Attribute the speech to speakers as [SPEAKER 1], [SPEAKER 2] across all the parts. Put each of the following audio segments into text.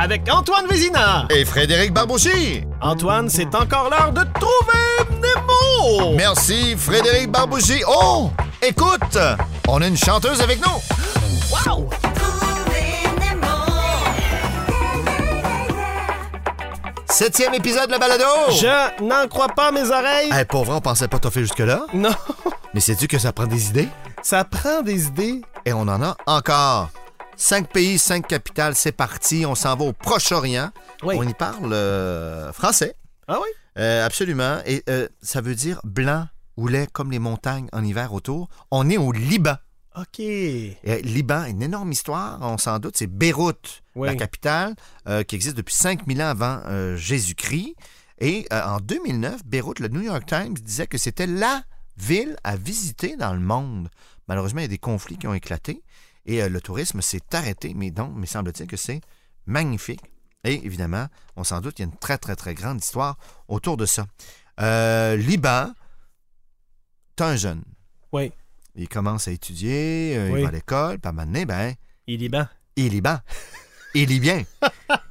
[SPEAKER 1] avec Antoine Vézina.
[SPEAKER 2] Et Frédéric Barbouchi.
[SPEAKER 1] Antoine, c'est encore l'heure de trouver Nemo.
[SPEAKER 2] Merci, Frédéric Barbouchi. Oh, écoute, on a une chanteuse avec nous.
[SPEAKER 1] Wow!
[SPEAKER 2] Septième épisode de la balado.
[SPEAKER 1] Je n'en crois pas mes oreilles.
[SPEAKER 2] Eh, pauvre, on pensait pas t'offrir jusque-là.
[SPEAKER 1] Non,
[SPEAKER 2] Mais sais-tu que ça prend des idées?
[SPEAKER 1] ça prend des idées.
[SPEAKER 2] Et on en a encore. Cinq pays, cinq capitales, c'est parti. On s'en va au Proche-Orient.
[SPEAKER 1] Oui.
[SPEAKER 2] On y parle euh, français.
[SPEAKER 1] Ah oui?
[SPEAKER 2] Euh, absolument. Et euh, ça veut dire blanc ou lait comme les montagnes en hiver autour. On est au Liban.
[SPEAKER 1] OK.
[SPEAKER 2] Euh, Liban, une énorme histoire, on s'en doute, c'est Beyrouth,
[SPEAKER 1] Oui.
[SPEAKER 2] la capitale, euh, qui existe depuis 5000 ans avant euh, Jésus-Christ. Et euh, en 2009, Beyrouth, le New York Times disait que c'était la ville à visiter dans le monde. Malheureusement, il y a des conflits qui ont éclaté et euh, le tourisme s'est arrêté, mais donc, me semble-t-il que c'est magnifique. Et évidemment, on s'en doute, il y a une très, très, très grande histoire autour de ça. Euh, Liban, t'as un jeune.
[SPEAKER 1] Oui.
[SPEAKER 2] Il commence à étudier, euh,
[SPEAKER 1] Oui.
[SPEAKER 2] il va à l'école, puis à un moment donné, ben,
[SPEAKER 1] Il est bien.
[SPEAKER 2] il est bien. Il est bien.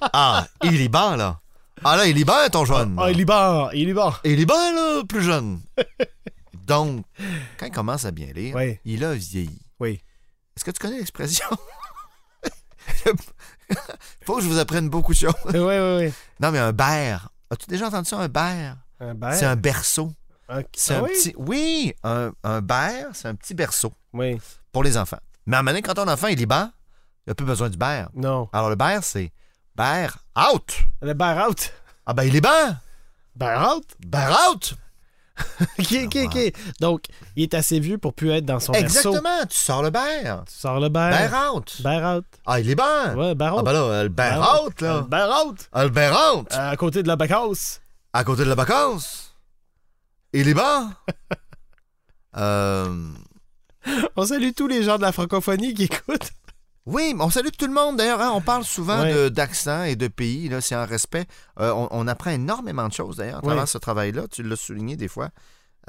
[SPEAKER 2] Ah, il est bien, là. Ah là, il est bien, ton jeune.
[SPEAKER 1] Ah, il est bon. Il est bon.
[SPEAKER 2] Il est bien, là, plus jeune. Donc, quand il commence à bien lire,
[SPEAKER 1] Oui.
[SPEAKER 2] il a vieilli.
[SPEAKER 1] Oui.
[SPEAKER 2] Est-ce que tu connais l'expression? Faut que je vous apprenne beaucoup de choses.
[SPEAKER 1] oui, oui, oui.
[SPEAKER 2] Non, mais un bear. As-tu déjà entendu ça, un bear?
[SPEAKER 1] Un bear.
[SPEAKER 2] C'est un berceau.
[SPEAKER 1] Ok.
[SPEAKER 2] C'est
[SPEAKER 1] Ah
[SPEAKER 2] un
[SPEAKER 1] oui?
[SPEAKER 2] petit... Oui, un, un bear, c'est un petit berceau.
[SPEAKER 1] Oui.
[SPEAKER 2] pour les enfants. Mais à un moment donné, quand ton enfant il est bas, il n'a plus besoin du beurre.
[SPEAKER 1] Non.
[SPEAKER 2] Alors le beurre, c'est beurre out.
[SPEAKER 1] Le bear out.
[SPEAKER 2] Ah ben il est bas.
[SPEAKER 1] Bear out?
[SPEAKER 2] Beurre out.
[SPEAKER 1] OK, OK, OK. Donc, il est assez vieux pour plus être dans son berceau.
[SPEAKER 2] Exactement, tu sors le beurre.
[SPEAKER 1] Tu sors le bear.
[SPEAKER 2] Beurre out.
[SPEAKER 1] Bear out.
[SPEAKER 2] Ah, il est bas.
[SPEAKER 1] Ouais, bear
[SPEAKER 2] Ah
[SPEAKER 1] out.
[SPEAKER 2] ben là, euh, le beurre out,
[SPEAKER 1] Le
[SPEAKER 2] là.
[SPEAKER 1] bear out.
[SPEAKER 2] Ah, le beurre out.
[SPEAKER 1] À côté de la bacasse.
[SPEAKER 2] À côté de la vacance. Il est bas. euh...
[SPEAKER 1] On salue tous les gens de la francophonie qui écoutent.
[SPEAKER 2] Oui, mais on salue tout le monde. D'ailleurs, hein, on parle souvent
[SPEAKER 1] Ouais.
[SPEAKER 2] de- d'accent et de pays. Là, c'est en respect. Euh, on, on apprend énormément de choses, d'ailleurs, à
[SPEAKER 1] Ouais.
[SPEAKER 2] travers ce travail-là. Tu l'as souligné des fois.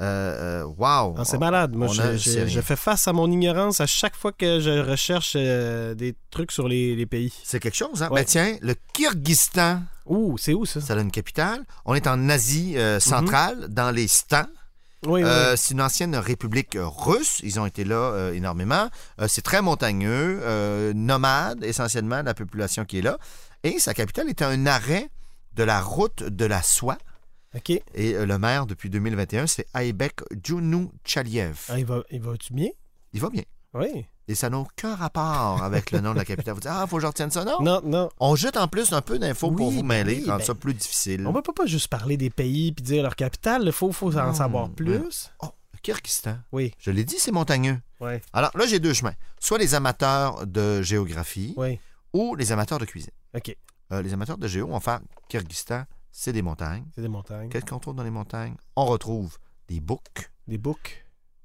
[SPEAKER 2] Euh, euh, wow.
[SPEAKER 1] Ah, c'est
[SPEAKER 2] On-
[SPEAKER 1] malade. Moi,
[SPEAKER 2] on
[SPEAKER 1] je,
[SPEAKER 2] a-
[SPEAKER 1] je-
[SPEAKER 2] c'est rien.
[SPEAKER 1] je fais face à mon ignorance à chaque fois que je recherche euh, des trucs sur les, les pays.
[SPEAKER 2] C'est quelque chose. Hein?
[SPEAKER 1] Ouais.
[SPEAKER 2] Ben, tiens, le Kyrgyzstan,
[SPEAKER 1] Ouh, c'est où ça?
[SPEAKER 2] ça a une capitale. On est en Asie euh, centrale, dans les stans.
[SPEAKER 1] Mhm. Oui, oui.
[SPEAKER 2] Euh, c'est une ancienne république euh, russe. Ils ont été là euh, énormément. Euh, c'est très montagneux, euh, nomade essentiellement la population qui est là. Et sa capitale était un arrêt de la route de la soie.
[SPEAKER 1] OK.
[SPEAKER 2] Et euh, le maire depuis 2021, c'est Aybek Djounouchaliev.
[SPEAKER 1] Ah, il va, il va-tu bien?
[SPEAKER 2] Il va bien.
[SPEAKER 1] Oui.
[SPEAKER 2] Et ça n'a aucun rapport avec le nom de la capitale. Vous dites, ah, faut que je retienne ça, non?
[SPEAKER 1] Non, non.
[SPEAKER 2] On jette en plus un peu d'infos pour
[SPEAKER 1] Oui,
[SPEAKER 2] vous mêler,
[SPEAKER 1] oui,
[SPEAKER 2] rendre
[SPEAKER 1] ben,
[SPEAKER 2] ça plus difficile.
[SPEAKER 1] On ne peut pas juste parler des pays puis dire leur capitale. Il faut, faut en
[SPEAKER 2] Non,
[SPEAKER 1] savoir
[SPEAKER 2] mais-
[SPEAKER 1] plus.
[SPEAKER 2] Oh, le Kyrgyzstan.
[SPEAKER 1] Oui.
[SPEAKER 2] Je l'ai dit, c'est montagneux.
[SPEAKER 1] Oui.
[SPEAKER 2] Alors là, j'ai deux chemins. Soit les amateurs de géographie
[SPEAKER 1] Oui.
[SPEAKER 2] ou les amateurs de cuisine.
[SPEAKER 1] OK.
[SPEAKER 2] Euh, les amateurs de géo vont faire Kyrgyzstan, c'est des montagnes.
[SPEAKER 1] C'est des montagnes.
[SPEAKER 2] Qu'est-ce qu'on trouve dans les montagnes? On retrouve des boucs
[SPEAKER 1] Des boucs.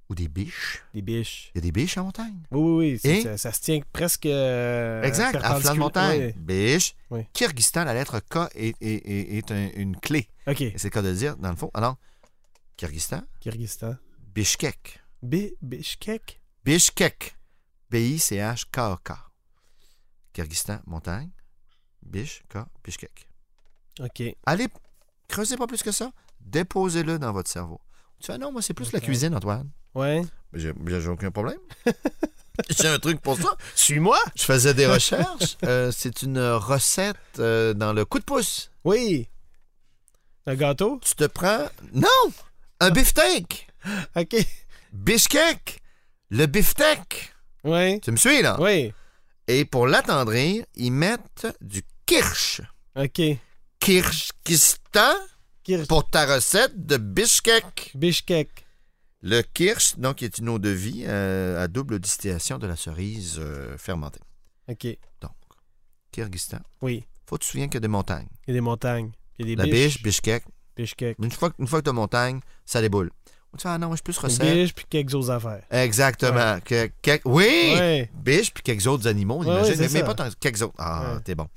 [SPEAKER 2] ou des biches.
[SPEAKER 1] Des biches.
[SPEAKER 2] Il y a des biches en montagne.
[SPEAKER 1] Oui, oui, oui. C'est-
[SPEAKER 2] Et-
[SPEAKER 1] Ça, ça se tient presque. euh,
[SPEAKER 2] Exact, à flanc de
[SPEAKER 1] perpendiculaire.
[SPEAKER 2] montagne. Biche.
[SPEAKER 1] Oui.
[SPEAKER 2] Kyrgyzstan, la lettre K est, est- est- est un- une clé.
[SPEAKER 1] Oui.
[SPEAKER 2] Et
[SPEAKER 1] OK.
[SPEAKER 2] c'est le cas de le dire, dans le fond. Alors, Kyrgyzstan,
[SPEAKER 1] Kyrgyzstan.
[SPEAKER 2] Bishkek.
[SPEAKER 1] Bi- Bishkek.
[SPEAKER 2] Bishkek. B-I-C-H-K-K. E Kyrgyzstan, montagne. Bishk, Bishkek.
[SPEAKER 1] OK.
[SPEAKER 2] Allez, creusez pas plus que ça. Déposez-le dans votre cerveau. Tu fais, non, moi, c'est plus la
[SPEAKER 1] Ok.
[SPEAKER 2] cuisine, Antoine.
[SPEAKER 1] Ouais.
[SPEAKER 2] Mais J'ai j'ai aucun problème. J'ai un truc pour ça.
[SPEAKER 1] Suis-moi!
[SPEAKER 2] Je faisais des recherches. Euh, c'est une recette euh, dans le coup de pouce.
[SPEAKER 1] Oui. Un gâteau?
[SPEAKER 2] tu te prends. Non! Un beefsteak!
[SPEAKER 1] OK.
[SPEAKER 2] Bishkek! Le beefsteak!
[SPEAKER 1] Oui.
[SPEAKER 2] Tu me suis, là?
[SPEAKER 1] Oui.
[SPEAKER 2] Et pour l'attendrir, ils mettent du kirsch.
[SPEAKER 1] OK.
[SPEAKER 2] Kirschkistan
[SPEAKER 1] Kirsch.
[SPEAKER 2] pour ta recette de bishkek.
[SPEAKER 1] Bishkek.
[SPEAKER 2] Le kirsch, donc, est une eau de vie euh, à double distillation de la cerise euh, fermentée.
[SPEAKER 1] OK.
[SPEAKER 2] Donc, Kyrgyzstan.
[SPEAKER 1] Oui.
[SPEAKER 2] Faut que tu te souviens qu'il y a des montagnes.
[SPEAKER 1] Il y a des montagnes. Il y a des
[SPEAKER 2] La
[SPEAKER 1] biches.
[SPEAKER 2] biche, bishkek.
[SPEAKER 1] Bishkek.
[SPEAKER 2] Une fois, que- une fois que tu as montagne, ça déboule. Ou Tu fais, ah non, moi, je suis plus
[SPEAKER 1] Une
[SPEAKER 2] recette.
[SPEAKER 1] biche puis quelques autres affaires.
[SPEAKER 2] Exactement. Que- que- oui!
[SPEAKER 1] Oui.
[SPEAKER 2] biche puis quelques autres animaux, on
[SPEAKER 1] Ouais,
[SPEAKER 2] imagine,
[SPEAKER 1] ouais, c'est
[SPEAKER 2] mais
[SPEAKER 1] ça.
[SPEAKER 2] pas tant quelques autres. Ah,
[SPEAKER 1] Ouais.
[SPEAKER 2] t'es bon.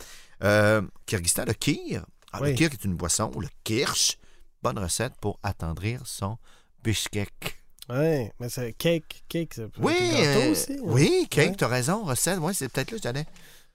[SPEAKER 2] Euh, Kyrgyzstan, le kir. Ah,
[SPEAKER 1] Oui.
[SPEAKER 2] Le kir est une boisson, ou le kirsch. Bonne recette pour attendrir son bishkek.
[SPEAKER 1] Oui. Mais c'est cake. Cake, ça peut
[SPEAKER 2] Oui,
[SPEAKER 1] être un gâteau
[SPEAKER 2] euh,
[SPEAKER 1] aussi. hein?
[SPEAKER 2] oui, cake,
[SPEAKER 1] Ouais.
[SPEAKER 2] t'as raison, recette. Oui, c'est peut-être là que j'allais.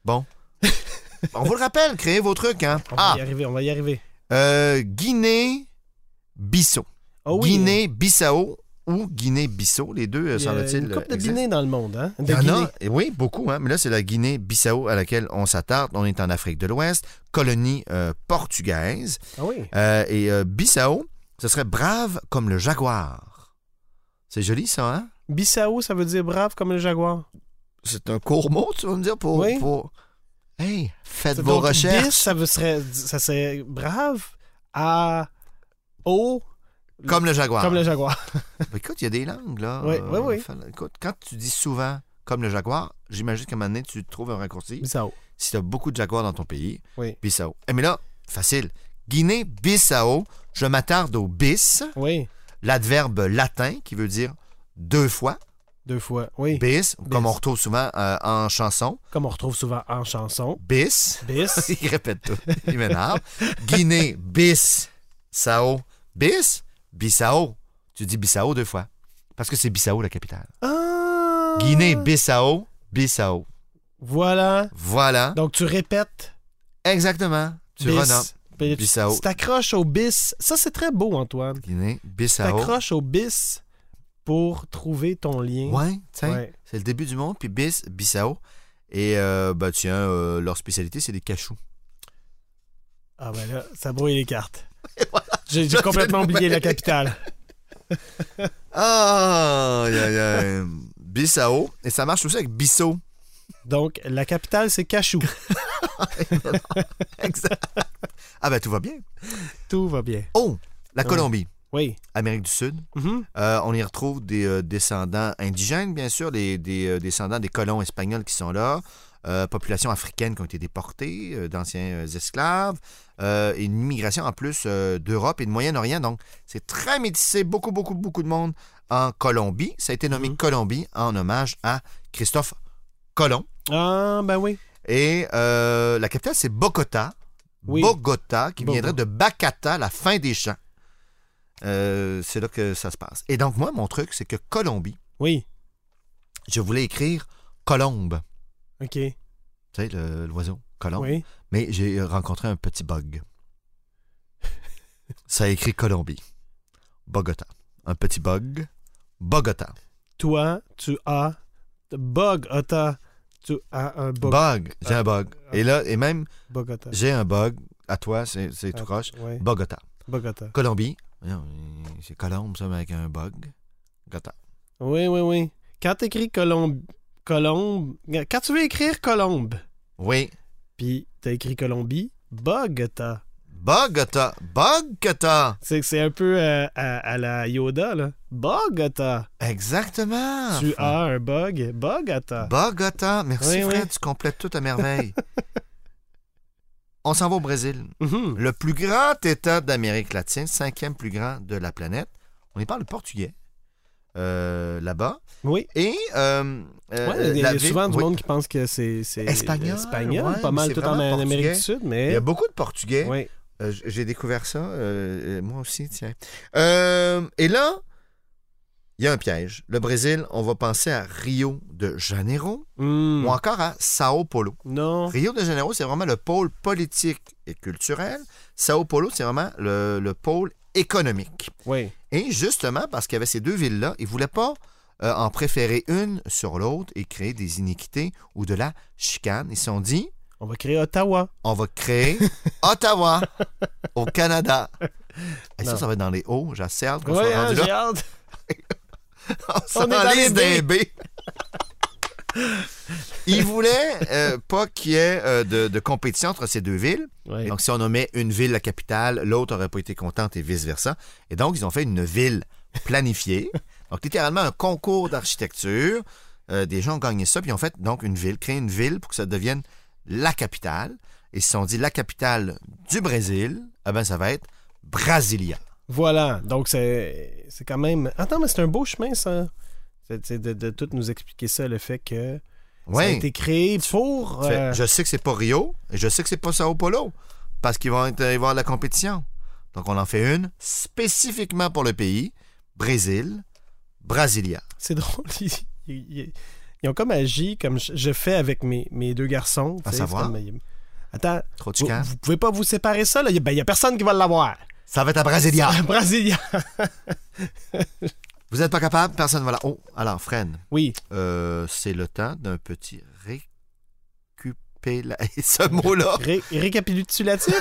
[SPEAKER 2] Bon. On vous le rappelle, créez vos trucs. Hein.
[SPEAKER 1] On
[SPEAKER 2] Ah,
[SPEAKER 1] va y arriver, on va y arriver.
[SPEAKER 2] euh, Guinée-Bissau.
[SPEAKER 1] Oh oui,
[SPEAKER 2] Guinée-Bissau ou Guinée-Bissau, les deux, euh,
[SPEAKER 1] il y a
[SPEAKER 2] semble-t-il.
[SPEAKER 1] Une couple de
[SPEAKER 2] existent.
[SPEAKER 1] Guinée dans le monde, hein?
[SPEAKER 2] Il
[SPEAKER 1] De
[SPEAKER 2] y en
[SPEAKER 1] Guinée.
[SPEAKER 2] a, et oui, beaucoup, hein, mais là, c'est la Guinée-Bissau à laquelle on s'attarde. On est en Afrique de l'Ouest, colonie euh, portugaise.
[SPEAKER 1] Ah oui.
[SPEAKER 2] Euh, et euh, Bissau, ce serait brave comme le jaguar. C'est joli, ça, hein?
[SPEAKER 1] Bissau, ça veut dire brave comme le jaguar.
[SPEAKER 2] C'est un court mot, tu vas me dire, pour.
[SPEAKER 1] Oui.
[SPEAKER 2] pour- Hey, faites
[SPEAKER 1] C'est
[SPEAKER 2] vos
[SPEAKER 1] donc bis,
[SPEAKER 2] recherches.
[SPEAKER 1] ça, veut- serait, ça serait brave à haut
[SPEAKER 2] Comme le jaguar.
[SPEAKER 1] comme le jaguar.
[SPEAKER 2] Bah, Écoute, il y a des langues, là.
[SPEAKER 1] Oui, oui, oui.
[SPEAKER 2] fa- Écoute, quand tu dis souvent comme le jaguar, j'imagine qu'à un moment donné, tu trouves un raccourci.
[SPEAKER 1] Bissau.
[SPEAKER 2] Si tu as beaucoup de jaguars dans ton pays,
[SPEAKER 1] Oui.
[SPEAKER 2] Bissau. Eh, mais là, facile. Guinée-Bissau, je m'attarde au bis,
[SPEAKER 1] Oui,
[SPEAKER 2] l'adverbe latin qui veut dire deux fois.
[SPEAKER 1] deux fois. Oui,
[SPEAKER 2] Bis, comme
[SPEAKER 1] Bis.
[SPEAKER 2] on retrouve souvent euh, en chanson.
[SPEAKER 1] comme on retrouve souvent en chanson.
[SPEAKER 2] Bis.
[SPEAKER 1] Bis.
[SPEAKER 2] Il répète tout. Il m'énerve. Guinée, bis, Sao, bis, Bissau. Tu dis Bissau deux fois. Parce que c'est Bissau la capitale.
[SPEAKER 1] Ah!
[SPEAKER 2] Guinée, Bissau, Bissau.
[SPEAKER 1] Voilà.
[SPEAKER 2] Voilà.
[SPEAKER 1] Donc, tu répètes.
[SPEAKER 2] Exactement. Tu
[SPEAKER 1] bis.
[SPEAKER 2] renommes.
[SPEAKER 1] Puis tu-
[SPEAKER 2] Bissau.
[SPEAKER 1] Tu t'accroches au bis. Ça, c'est très beau, Antoine.
[SPEAKER 2] Guinée,
[SPEAKER 1] Tu
[SPEAKER 2] Bissau.
[SPEAKER 1] t'accroches hein? au bis pour trouver ton lien.
[SPEAKER 2] Ouais, tiens.
[SPEAKER 1] Ouais.
[SPEAKER 2] C'est le début du monde, puis bis, Bissau. Et euh, bah tiens, euh, leur spécialité, c'est les cachous.
[SPEAKER 1] Ah ben là, ça brouille les cartes. J'ai j'ai complètement oublié la capitale.
[SPEAKER 2] Ah! aïe, aïe, aïe. Bissau. Et ça marche aussi avec Bissau.
[SPEAKER 1] Donc, la capitale, c'est Cachou.
[SPEAKER 2] Exact. Ah ben tout va bien.
[SPEAKER 1] Tout va bien.
[SPEAKER 2] Oh, la
[SPEAKER 1] Ouais.
[SPEAKER 2] Colombie,
[SPEAKER 1] Oui.
[SPEAKER 2] Amérique du Sud.
[SPEAKER 1] Mhm.
[SPEAKER 2] Euh, on y retrouve des euh, descendants indigènes, bien sûr, des, des, euh, descendants des colons espagnols qui sont là, euh, population africaine qui ont été déportées, euh, d'anciens euh, esclaves, euh, et une immigration en plus euh, d'Europe et de Moyen-Orient. Donc, c'est très métissé, beaucoup, beaucoup, beaucoup de monde en Colombie. Ça a été nommé
[SPEAKER 1] Mhm.
[SPEAKER 2] Colombie en hommage à Christophe Colomb.
[SPEAKER 1] Ah ben oui.
[SPEAKER 2] Et euh, la capitale, c'est Bogota.
[SPEAKER 1] Oui.
[SPEAKER 2] Bogota, qui
[SPEAKER 1] Bogo-
[SPEAKER 2] viendrait de Bacata, la fin des champs. Euh, c'est là que ça se passe. Et donc, moi, mon truc, c'est que Colombie,
[SPEAKER 1] Oui.
[SPEAKER 2] je voulais écrire Colombe.
[SPEAKER 1] OK.
[SPEAKER 2] Tu sais, le- l'oiseau, Colombe.
[SPEAKER 1] Oui.
[SPEAKER 2] Mais j'ai rencontré un petit bug. ça a écrit Colombie. Bogota. Un petit bug. Bogota.
[SPEAKER 1] Toi, tu as Bog Otta. Tu as un Bog Ah.
[SPEAKER 2] Bug. J'ai un bug. Et là, et même,
[SPEAKER 1] Bogota.
[SPEAKER 2] j'ai un bug. À toi, c'est c'est tout
[SPEAKER 1] Ah,
[SPEAKER 2] croche.
[SPEAKER 1] Oui.
[SPEAKER 2] Bogota.
[SPEAKER 1] Bogota.
[SPEAKER 2] Colombie. Voyons, C'est Colombe, ça, mais avec un bug. Gata.
[SPEAKER 1] Oui, oui, oui. Quand t'écris Colombe, Colombe, quand tu veux écrire Colombe,
[SPEAKER 2] Oui.
[SPEAKER 1] puis t'as écrit Colombie, Bogota.
[SPEAKER 2] Bogota. Bogota.
[SPEAKER 1] C'est c'est un peu euh, à, à la Yoda, là. Bogota.
[SPEAKER 2] Exactement.
[SPEAKER 1] Tu as un bug, Bogota.
[SPEAKER 2] Bogota. Merci,
[SPEAKER 1] Oui,
[SPEAKER 2] Fred.
[SPEAKER 1] oui.
[SPEAKER 2] Tu complètes tout à merveille. On s'en va au Brésil.
[SPEAKER 1] Mhm.
[SPEAKER 2] Le plus grand État d'Amérique latine, cinquième plus grand de la planète. On y parle le portugais euh, là-bas.
[SPEAKER 1] Oui.
[SPEAKER 2] Et euh,
[SPEAKER 1] Ouais,
[SPEAKER 2] euh,
[SPEAKER 1] il y a
[SPEAKER 2] la ville-
[SPEAKER 1] souvent du
[SPEAKER 2] oui.
[SPEAKER 1] monde qui pense que c'est c'est
[SPEAKER 2] Espagnol,
[SPEAKER 1] espagnol,
[SPEAKER 2] ouais,
[SPEAKER 1] pas
[SPEAKER 2] mais
[SPEAKER 1] mal
[SPEAKER 2] c'est
[SPEAKER 1] tout en
[SPEAKER 2] vraiment
[SPEAKER 1] Amérique
[SPEAKER 2] portugais.
[SPEAKER 1] du Sud,
[SPEAKER 2] Il y
[SPEAKER 1] mais
[SPEAKER 2] a beaucoup de portugais.
[SPEAKER 1] ouais.
[SPEAKER 2] Euh, j- J'ai découvert ça, euh, euh, moi aussi, tiens. Euh, et là, il y a un piège. Le Brésil, on va penser à Rio de Janeiro
[SPEAKER 1] Hmm. Oh.
[SPEAKER 2] ou encore à Sao Paulo.
[SPEAKER 1] Non.
[SPEAKER 2] Rio de Janeiro, c'est vraiment le pôle politique et culturel. Sao Paulo, c'est vraiment le, le pôle économique.
[SPEAKER 1] Oui.
[SPEAKER 2] Et justement, parce qu'il y avait ces deux villes-là, ils ne voulaient pas euh, en préférer une sur l'autre et créer des iniquités ou de la chicane. Ils se sont dit,
[SPEAKER 1] On va créer Ottawa.
[SPEAKER 2] on va créer Ottawa au Canada. Et ça,
[SPEAKER 1] Non.
[SPEAKER 2] ça va être dans les hauts. J'asserte qu'on
[SPEAKER 1] Ouais,
[SPEAKER 2] soit rendu
[SPEAKER 1] hein, j'ai
[SPEAKER 2] là.
[SPEAKER 1] hâte.
[SPEAKER 2] On s'en
[SPEAKER 1] est dans les
[SPEAKER 2] liste des B. Ils voulaient euh, pas qu'il y ait euh, de, de compétition entre ces deux villes.
[SPEAKER 1] Ouais.
[SPEAKER 2] Donc, si on nommait une ville la capitale, l'autre n'aurait pas été contente et vice-versa. Et donc, ils ont fait une ville planifiée. donc, littéralement, un concours d'architecture. Euh, des gens ont gagné ça, puis ils ont fait donc une ville, créé une ville pour que ça devienne la capitale. Ils se sont dit la capitale du Brésil, eh ben ça va être Brasilia.
[SPEAKER 1] Voilà. Donc c'est c'est quand même. Attends, mais c'est un beau chemin ça. C'est c'est de, de tout nous expliquer ça, le fait que ça a
[SPEAKER 2] Oui.
[SPEAKER 1] été créé pour.
[SPEAKER 2] Fait,
[SPEAKER 1] euh,
[SPEAKER 2] Je sais que c'est pas Rio et je sais que c'est pas Sao Paulo parce qu'ils vont être, ils vont avoir de la compétition. Donc on en fait une spécifiquement pour le pays, Brésil, Brasilia.
[SPEAKER 1] C'est drôle. Ils, ils- ils- ils ont comme agi comme je, je fais avec mes, mes deux garçons. tu
[SPEAKER 2] À
[SPEAKER 1] sais,
[SPEAKER 2] savoir?
[SPEAKER 1] c'est comme, euh, Attends,
[SPEAKER 2] Trop de
[SPEAKER 1] vous,
[SPEAKER 2] chicanes.
[SPEAKER 1] vous pouvez pas vous séparer ça, là? Il n'y a personne qui va l'avoir.
[SPEAKER 2] Ça va être à Brasilia.
[SPEAKER 1] Brésilien.
[SPEAKER 2] Vous n'êtes pas capable, personne va là. Oh, alors, Fred,
[SPEAKER 1] Oui.
[SPEAKER 2] euh, c'est le temps d'un petit récupéla- Et Ce mot-là,
[SPEAKER 1] Ré- récapitulatif?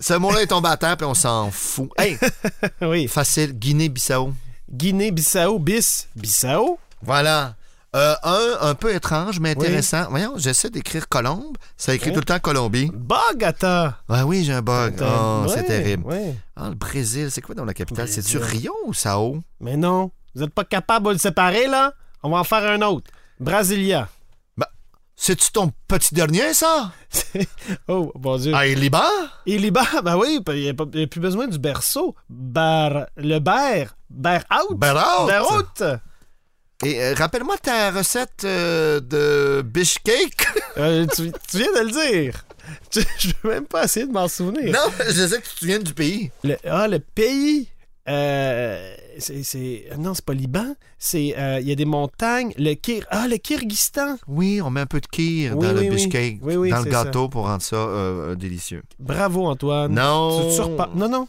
[SPEAKER 2] ce mot-là est tombé à terre, puis on s'en fout. Hey,
[SPEAKER 1] oui.
[SPEAKER 2] facile, Guinée-Bissau.
[SPEAKER 1] Guinée-Bissau, bis. Bissau?
[SPEAKER 2] Voilà. Euh, un un peu étrange, mais
[SPEAKER 1] Oui.
[SPEAKER 2] intéressant. Voyons, j'essaie d'écrire Colombe. Ça écrit
[SPEAKER 1] Oui.
[SPEAKER 2] tout le temps Colombie.
[SPEAKER 1] Bogota.
[SPEAKER 2] Ah oui, j'ai un bug. Oh,
[SPEAKER 1] Ouais,
[SPEAKER 2] c'est terrible.
[SPEAKER 1] ouais.
[SPEAKER 2] Ah, le Brésil, c'est quoi dans la capitale?
[SPEAKER 1] Brésil.
[SPEAKER 2] C'est-tu Rio ou Sao?
[SPEAKER 1] Mais non. Vous n'êtes pas capable de le séparer, là? On va en faire un autre. Brasilia.
[SPEAKER 2] C'est-tu ton petit dernier, ça?
[SPEAKER 1] oh, mon Dieu.
[SPEAKER 2] Ah, et Liban?
[SPEAKER 1] Et Liban, ben oui, il n'y a, pas- y a plus besoin du berceau. Bar, le ber, ber out,
[SPEAKER 2] Beyrouth?
[SPEAKER 1] ber out.
[SPEAKER 2] Et euh, rappelle-moi ta recette euh, de bishcake.
[SPEAKER 1] Euh, tu, tu viens de le dire. Je je peux même pas essayer de m'en souvenir.
[SPEAKER 2] non, je sais que tu viens du pays.
[SPEAKER 1] Le, ah, le pays. euh, c'est, c'est- non, c'est pas Liban. C'est, euh, il y a des montagnes. Le Kir, ah, le Kyrgyzstan.
[SPEAKER 2] Oui, on met un peu de kir
[SPEAKER 1] Oui,
[SPEAKER 2] dans
[SPEAKER 1] oui,
[SPEAKER 2] le
[SPEAKER 1] oui.
[SPEAKER 2] bishcake,
[SPEAKER 1] Oui, oui,
[SPEAKER 2] dans le
[SPEAKER 1] c'est ça.
[SPEAKER 2] gâteau pour rendre ça euh, euh, délicieux.
[SPEAKER 1] Bravo, Antoine.
[SPEAKER 2] Non.
[SPEAKER 1] Tu surpa- Non, non.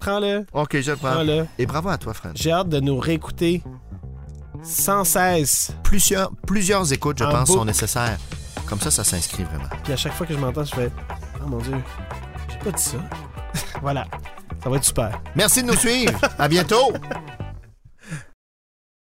[SPEAKER 1] Prends-le.
[SPEAKER 2] Ok, je le prends.
[SPEAKER 1] Prends-le.
[SPEAKER 2] Et bravo à toi, Fran.
[SPEAKER 1] J'ai hâte de nous réécouter sans cesse.
[SPEAKER 2] Plusieurs, plusieurs écoutes, je
[SPEAKER 1] En
[SPEAKER 2] pense, sont
[SPEAKER 1] boucle.
[SPEAKER 2] nécessaires. Comme ça, ça s'inscrit vraiment.
[SPEAKER 1] Puis à chaque fois que je m'entends, je fais Oh mon Dieu, j'ai pas dit ça. voilà. Ça va être super.
[SPEAKER 2] Merci de nous suivre. à bientôt.